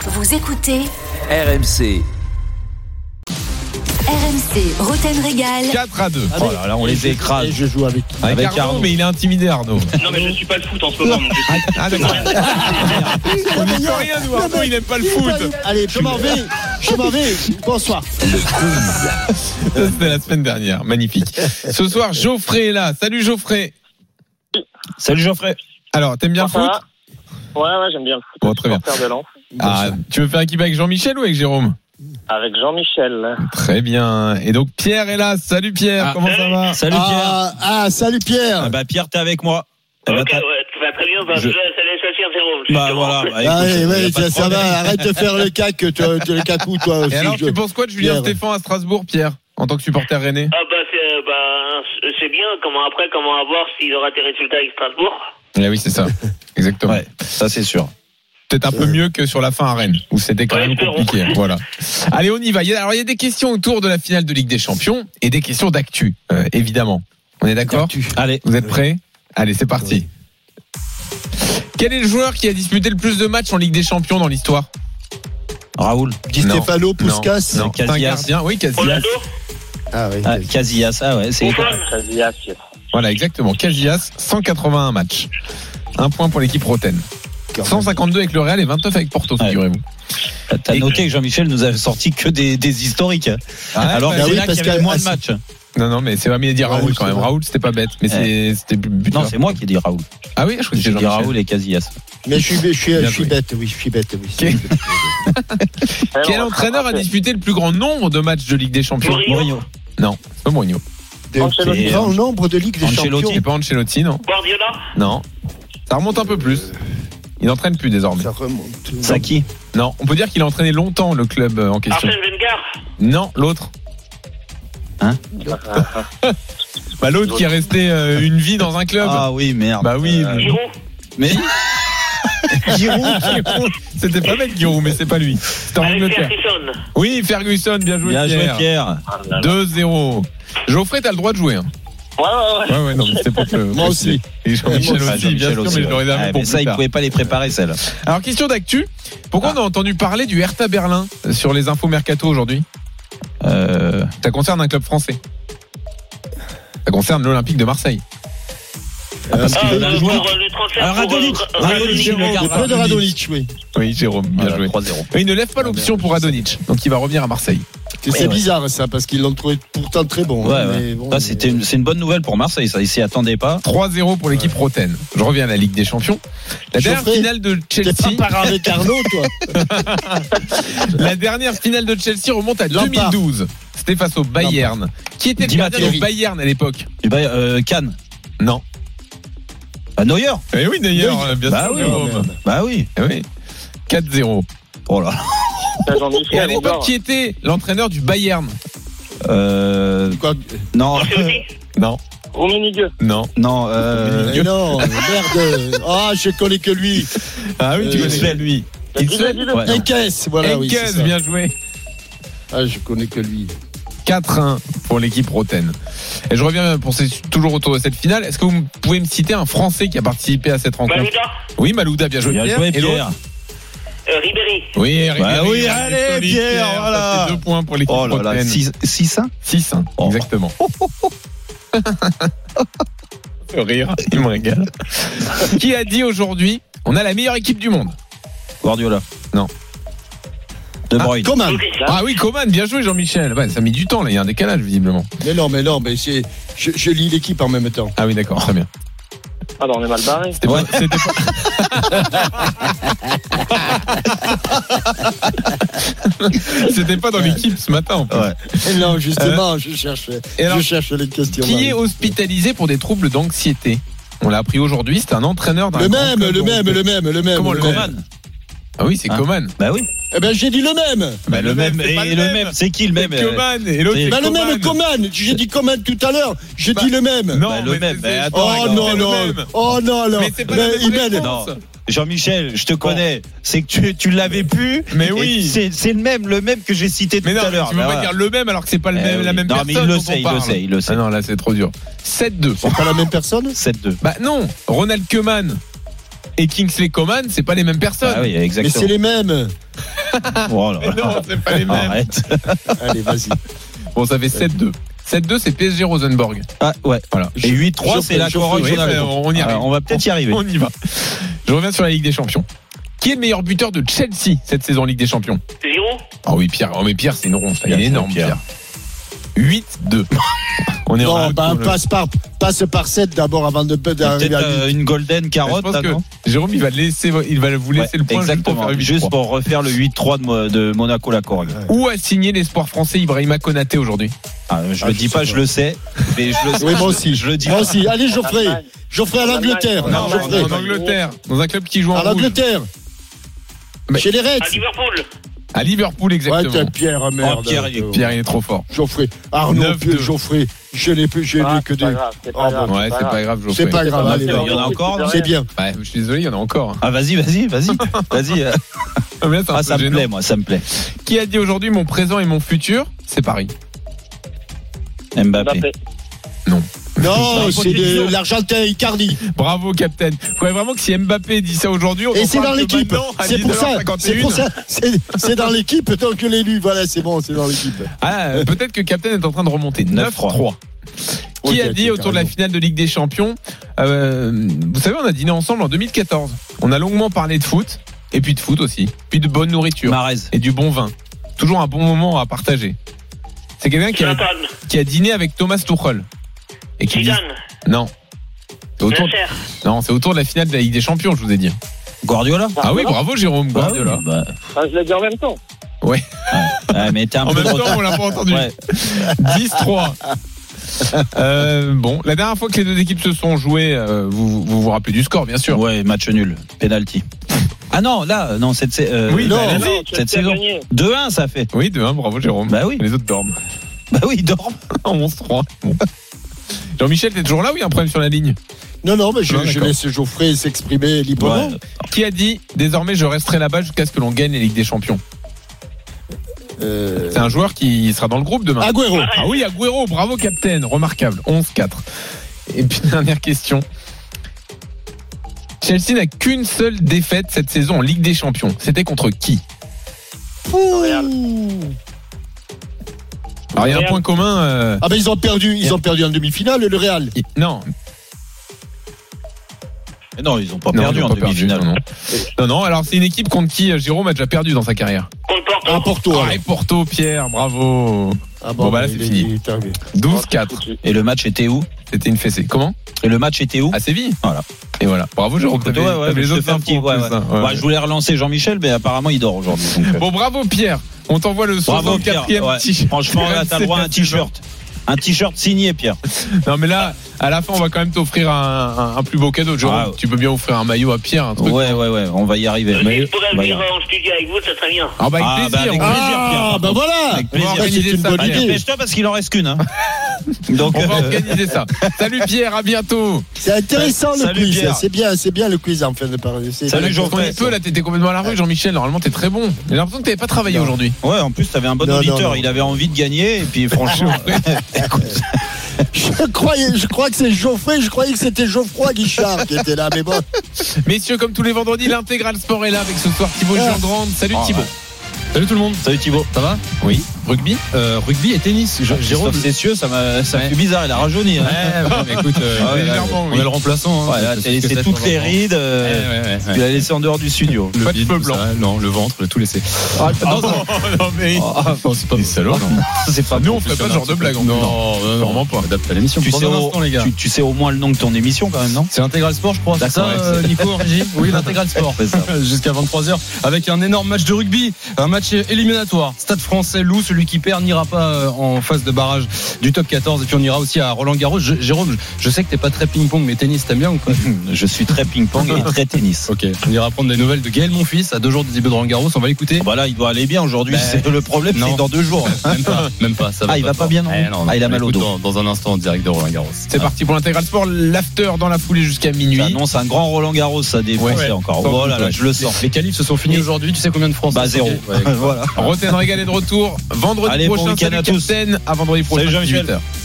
Vous écoutez RMC. RMC Roten Régal. 4 à 2. Oh là là, on les écrase. Et je joue avec qui Ah, Avec, Arnaud, mais il est intimidé Arnaud. Non mais je suis pas le foot en ce moment. donc je suis- Ah d'accord. Ah, On n'y peut rien nous Arnaud, il n'aime pas le foot. Allez, je m'en vais. Je m'en vais. Bonsoir. Ça, C'était la semaine dernière, magnifique. Ce soir, Geoffrey est là. Salut Geoffrey. Salut Geoffrey. Alors, t'aimes bien le Ça foot va Ouais ouais j'aime bien le foot. Bon, très bien. Faire de Lens. Ah, Tu veux faire équipe avec Jean-Michel ou avec Jérôme Avec Jean-Michel. Ah, Très bien. Et donc Pierre est là. Salut Pierre, Ah. comment ça va Salut Pierre. Ah, ah, salut Pierre. Ah bah Pierre, t'es avec moi. Eh bah, Ok, t'as- ouais, tu vas très bien, bah, Je- je... j'allais choisir Jérôme. bah, justement. voilà. Bah, Ah, écoute, Allez, y a ouais, pas de ça, ça problème. va, arrête de faire le cac, tu, tu- le cacou, toi. Et aussi, alors, je- tu penses quoi de Julien Pierre. Stéphane à Strasbourg, Pierre, en tant que supporter rennais Ah bah c'est, euh, bah, c'est bien, comment après, comment à voir s'il aura des résultats avec Strasbourg. Ah oui, c'est ça. Exactement. Ouais, ça c'est sûr. peut-être un peu mieux que sur la fin à Rennes, où c'était quand Ouais, même espérons. compliqué. Voilà. Allez, on y va. Il y a- Alors, il y a des questions autour de la finale de Ligue des Champions et des questions d'actu, euh, évidemment. On est d'accord Allez. Vous êtes prêts Allez, c'est parti. Quel est le joueur qui a disputé le plus de matchs en Ligue des Champions dans l'histoire Raoul. Di Non, Stefano, Non, Puskas. non. C'est un Casillas. gardien, oui, Casillas. Ronaldo Ah oui. Ah, Casillas. Ah ouais, c'est. Buffon Casillas, yes. Voilà, exactement. Casillas, 181 matchs. Un point pour l'équipe Roten. 152 avec le Real et 29 avec Porto, Ouais. figurez-vous. T'as noté que Jean-Michel nous a sorti que des, des historiques. Alors bah, que oui, c'est là parce qu'il y avait que- moins de ah, matchs. Non, non, mais c'est pas mieux de dire Ouais, Raoul quand c'est même. vrai. Raoul, c'était pas bête, mais c'est- c'était buteur. Non, c'est moi qui ai dit Raoul. Ah oui, je crois que J'ai c'est dit Jean-Michel. Raoul et Casillas. Mais je suis, je suis, je Bien suis joué. bête, oui, je suis bête, oui. Quel- Alors, Quel entraîneur a disputé le plus grand nombre de matchs de Ligue des Champions Mourinho. Mourinho. Pas Mourinho. Des- Ancelotti. des grands nombre de Ligue des Ancelotti. Champions. C'est pas Ancelotti, non Guardiola Non. Ça remonte un peu plus. Il n'entraîne plus désormais. Ça remonte. Saki. Non, on peut dire qu'il a entraîné longtemps le club euh, en question. Arsène Wenger Non, l'autre. Bah l'autre qui est resté euh, une vie dans un club. Ah oui, merde. Bah oui. Euh, Giroud Mais Giroud. C'était pas bête Giroud, mais c'est pas lui. C'était en Avec Angleterre. Ferguson Oui, Ferguson, bien joué bien joué Pierre. Pierre. Ah, là, là. 2-0. Geoffrey, t'as le droit de jouer. hein. Ouais, ouais, ouais. Ouais, ouais, non, mais c'était pour te le Moi aussi. Et Jean-Michel Ah, aussi, bien Jean-Michel sûr, aussi, mais je ouais. l'aurais Ah, jamais mais pour plus ça, il tard. pouvait Ah. pas les préparer, celle. Alors, question d'actu. Pourquoi on a entendu parler du Hertha Berlin sur les infos mercato aujourd'hui Euh, Ça concerne un club français. Ça concerne l'Olympique de Marseille. parce Ah, qu'il euh, a pour joué. euh, le transfert Ah, pour, euh, Radonic. Ra- Radonic, Radonic. le Le gardien. peu de Radonic, oui. Oui, Jérôme, bien Voilà, Ah, joué. 3-0. Mais il ne lève pas l'option pour Adonich, donc il va revenir à Marseille. C'est ouais. bizarre, ça, parce qu'ils l'ont trouvé pourtant très bon. Ouais, hein, ouais. mais bon, Ça, mais- c'était une- c'est une bonne nouvelle pour Marseille, ça. Ils s'y attendaient pas. 3-0 pour l'équipe Roten. Je reviens à la Ligue des Champions. La dernière Geoffrey, finale de T'es Chelsea, pas par avec Arnaud, toi. la dernière finale de Chelsea remonte à Lampard. 2012. C'était face au Bayern. Qui était le Di gardien Matteo. du Bayern à l'époque Eh ben, euh, Cannes. Non. Bah, Neuer. Eh oui, d'ailleurs, Oui. euh, bien Bah sûr, oui, Jérôme. Bah oui. Eh oui. 4-0. Oh là. là. Ça, Et à Jean-Michel, on l'époque, dort. qui était l'entraîneur du Bayern Euh, Quoi non, euh, Ancelotti Non, Rummenigge. non. non. Euh, Mais non, merde. Ah, je connais que lui. Ah oui, tu Euh, connais lui. Bah, dis-le, dis-le. ouais, non. Enkes, voilà, oui. c'est Henkes, ça. Ah, bien joué. Ah, je connais que lui. 4-1 pour l'équipe Roten. Et je reviens pour ces- toujours autour de cette finale. Est-ce que vous pouvez me citer un Français qui a participé à cette rencontre Malouda Oui, Malouda, bien joué. Bien Pierre. joué, Et l'autre Pierre. euh, Ribéry Oui, Bah Ribéry, oui, Ribéry, allez, solide, Pierre, voilà. Ça fait deux points pour l'équipe Oh là là, Roten. 6-1 6 hein, Oh. exactement. Ce rire, il me régale. qui a dit aujourd'hui on a la meilleure équipe du monde Guardiola. Non. De Ah, Bruyne. Coman. Kovacic. Ah oui, Coman, bien joué Jean-Michel. Ouais, ça a mis du temps là, il y a un décalage visiblement. Mais non, mais non, mais c'est. Je, je lis l'équipe en même temps. Ah oui, d'accord, très bien. Ah, bah, on est mal barré. C'était pas- c'était pas- C'était pas dans l'équipe ce matin en plus. Ouais. Mais non, justement, je cherche. Euh. Et alors, je cherche les questions. Qui est hospitalisé pour des troubles d'anxiété On l'a appris aujourd'hui, c'est un entraîneur d'un le grand même, club le même, européen. le même, le même. Comment le même Coman. Ah oui, c'est Hein Coman. Bah oui. Eh ben, j'ai dit le même. Bah, le même. c'est Et pas le même. C'est qui le C'est même euh, Coman et l'autre c'est- c'est Ben, le Coman. même Coman. J'ai dit Coman tout à l'heure. J'ai Bah, dit le même. Non, Bah, le mais même, c'est- mais c'est- attends, Oh c'est non, le non. même. Oh non, non. Mais c'est pas la Ben, même il m'aide. réponse. Non. Jean-Michel, je te connais. C'est que tu, tu l'avais pu. Mais Et oui. C'est c'est le même, le même que j'ai cité tout Mais non, à l'heure. tu peux Bah pas voilà. dire le même alors que c'est pas le Eh même, oui. la même Non, personne. mais il le dont sait, on il parle. le sait, il le Ah sait. non, là c'est trop dur. 7-2. C'est pas la même personne 7-2. Bah non, Ronald Koeman et Kingsley Coman, c'est pas les mêmes personnes. Ah oui, Mais c'est exactement. les mêmes. Voilà. non, c'est pas les mêmes. Arrête. Allez, vas-y. Bon, ça fait 7-2. 7-2, c'est PSG Rosenborg. Ah ouais. Voilà. Et 8-3, c'est la Je- Corolle oui, qu'on avait. euh, on y arrive. Alors, Ah, on va peut-être y arriver. On y va. Je reviens sur la Ligue des Champions. Qui est le meilleur buteur de Chelsea cette saison en Ligue des Champions Giroud Ah oui, Pierre. Oh, mais Pierre, c'est une ronde. Il Pierre, est énorme, c'est Pierre. 8-2. On est en Non, bah, passe par, passe par 7 d'abord avant de Peut-être d'arriver à euh, une golden carotte. Je pense là, que non Jérôme, il va, laisser, il va vous laisser Ouais, le point exactement. juste Juste pour pour refaire le 8-3 de, Mo- de Monaco la Corolle. Où a signé l'espoir français Ibrahima Konaté aujourd'hui Ah, je Ah, le je dis sais pas, pas. je le sais, mais je le sais. Oui, moi je- aussi. euh, Je le dis. Moi pas. aussi. Allez, Geoffrey. Allemagne. Geoffrey à l'Angleterre. Non, Non, je en Geoffrey. ferai. en Angleterre, dans un club qui joue en À rouge. Ah, l'Angleterre. Mais- Chez les À Reds. Liverpool. À Liverpool, Ouais, exactement. t'as Pierre, merde. Oh, Pierre, il est- Pierre, il est trop fort. Geoffrey. Arnaud, Neuf, Pierre, deux. Geoffrey. Je l'ai plus, j'ai Ah, lu que c'est pas deux. grave, c'est Ah, pas grave. Ouais, c'est pas grave, Geoffrey. C'est pas grave, allez, Il y en vas-y. a encore, non C'est bien. Ouais, je suis désolé, il y en a encore. hein. Ah, vas-y, vas-y, vas-y. Vas-y. euh. Ah, mais là, c'est un Ah, peu ça me gênant. plaît, moi, ça me plaît. Qui a dit aujourd'hui mon présent et mon futur C'est Paris. Mbappé. Mbappé. Non, Bah, c'est Pochettino. le- l'Argentin Icardi. Bravo, Captain. Il faudrait vraiment que si Mbappé dit ça aujourd'hui, on Et en c'est dans parle que l'équipe. maintenant, à C'est pour ça. 19h51. C'est pour ça. C'est c'est dans l'équipe tant que l'élu. Voilà, c'est bon, c'est dans l'équipe. Ah, euh, peut-être que Captain est en train de remonter. 9-3. Qui Ok, a dit ok, autour de la carrément. finale de Ligue des Champions euh, Vous savez, on a dîné ensemble en 2014. On a longuement parlé de foot, et puis de foot aussi, puis de bonne nourriture Marez. et du bon vin. Toujours un bon moment à partager. C'est quelqu'un qui a, Zlatan. qui a dîné avec Thomas Tuchel. Et qui dit Zidane. non. C'est autour, Nasser. non, c'est autour de la finale de la Ligue des Champions, je vous ai dit. Guardiola. Ah oui, bravo Jérôme Guardiola. Bah, Ah, je l'ai dit en même temps. ouais, mais t'es un En peu même de temps, retard. on l'a pas entendu. Ah, Ouais. 10-3. Euh, bon, la dernière fois que les deux équipes se sont jouées, euh, vous, vous vous rappelez du score, bien sûr. Ouais, match nul, penalty. Ah non, là, non, cette, sa- euh, Oui, bah, non. allez-y, Non, cette Chelsea a saison. gagné. 2-1, ça fait. Oui, 2-1, bravo Jérôme. Bah oui, Les autres dorment. bah oui, il dort. 11-3. Bon. Jean-Michel, t'es toujours là ou il y a un problème sur la ligne Non, non, mais je, Non, je d'accord. laisse Geoffrey s'exprimer librement. Ouais. Qui a dit désormais je resterai là-bas jusqu'à ce que l'on gagne les Ligues des Champions Euh, C'est un joueur qui sera dans le groupe demain. Agüero. Ah oui, Agüero, bravo capitaine, remarquable. 11-4. Et puis dernière question. Chelsea n'a qu'une seule défaite cette saison en Ligue des Champions. C'était contre qui Real. Alors il y a un Real. point commun. euh, Ah ben ils ont perdu, ils ont perdu en demi-finale le Real. y- Non, Mais non, ils ont pas non, perdu ils ont en pas perdu, demi-finale. Non, non. Non, non, alors c'est une équipe contre qui euh, Jérôme a déjà perdu dans sa carrière. Contre À Porto. Porto. alors. Ah, et Porto, Pierre, bravo. Ah Bon, bah, là, il c'est est- fini. il est terminé. 12-4. Et le match était où C'était une fessée. Comment Et le match était où À Séville Voilà. Et voilà. Bravo, Jérôme. Ouais, T'avais- ouais, t'avais mais les je te autres fais un infos petit- en ouais, plus, ouais. hein. Ouais, Ouais, ouais. je voulais relancer Jean-Michel, mais apparemment il dort aujourd'hui. donc, euh, Bon, bravo, Pierre. On t'envoie le Bravo Pierre. 64e Ouais. t-shirt. Franchement, là, t'as le droit à un RMC saison. t-shirt. Un t-shirt signé, Pierre. Non, mais là, à la fin, on va quand même t'offrir un, un- un plus beau cadeau, Jérôme. Ah. Tu peux bien offrir un maillot à Pierre, un truc. Ouais, ouais, ouais, on va y arriver. Bah, Si je pourrais on va y venir arriver. euh, en studio avec vous, ça serait bien. Ah, bah, Ah, avec bah, plaisir. avec on- plaisir. Ah Pierre. bah voilà. Avec plaisir. Ah, C'est Organiser une ça, bonne Pierre. idée. Dépêche-toi parce qu'il en reste qu'une. hein. Donc, On va euh, organiser ça. Salut Pierre, à bientôt. C'est intéressant le Salut, quiz. hein. Pierre. C'est bien, c'est bien le quiz en fin de parler. Salut, Parce qu'on Geoffrey. est peu, là, t'étais complètement à la rue, Jean-Michel. Normalement, t'es très bon. J'ai l'impression que t'avais pas travaillé Non. aujourd'hui. ouais, en plus, t'avais un bon Non, non, auditeur. non. Il avait envie de gagner, et puis franchement. Je croyais, je crois que c'est Geoffrey. Je croyais que c'était Geoffroy Guichard qui était là, mais bon. Messieurs, comme tous les vendredis, l'intégral sport est là avec ce soir Thibaut Ah. Grande. Salut Ah, Thibaut. ouais. Salut tout le monde. Salut Thibaut. Ça va Oui. Rugby Rugby et tennis. Jérôme Cessieux, ça m'a ça m'a fait bizarre. Il a rajeuni. hein. écoute, euh, Ah ouais, là, on est le remplaçant. hein. Ouais, là, t'as laissé toutes les rides. euh, Tu l'as laissé en dehors du studio. Pas de feu blanc. non, le ventre, tout laissé. Ah, non, non, non, mais. ah, c'est pas des salauds, non. c'est pas Nous, bon. on fait pas ce genre de blague. Non, non, vraiment pas. Adapte à l'émission. Tu sais, au, tu- tu sais au moins le nom de ton émission quand même, non C'est l'intégral sport, je crois. C'est ça, D'accord, ouais, euh, Nico, Régie Oui, l'intégral sport. C'est ça. Jusqu'à 23h, avec un énorme match de rugby, un match éliminatoire. Stade français, loup, celui qui perd n'ira pas euh, en phase de barrage du top 14. Et puis on ira aussi à Roland Garros. Je- Jérôme, je sais que t'es pas très ping-pong, mais tennis, t'aimes bien ou quoi Je suis très ping-pong et très tennis. Ok, on ira prendre des nouvelles de Gaël, mon fils, à deux jours du début de Roland Garros. On va l'écouter. Ah Bah là, il doit aller bien aujourd'hui. Ben, c'est le problème, non. c'est dans deux jours. Même pas, même pas. Bah, Ça va Ah, il va pas bien, non Eh, non, non. Ah, il a On mal au l'écoute Dans, dos. dans un instant, en direct de Roland Garros. C'est parti pour l'intégral sport. L'after dans la foulée jusqu'à minuit. Ça annonce un grand Roland Garros, ça des Ouais. Français encore. Sans doute, Voilà, là, je le sens. Les qualifs se sont finis aujourd'hui. Tu sais combien de France Bah zéro. voilà. Roten Régal est de retour vendredi Allez, bon prochain. week-end Salut à tous. Captain. à vendredi prochain. Salut Jean-Michel. 18h.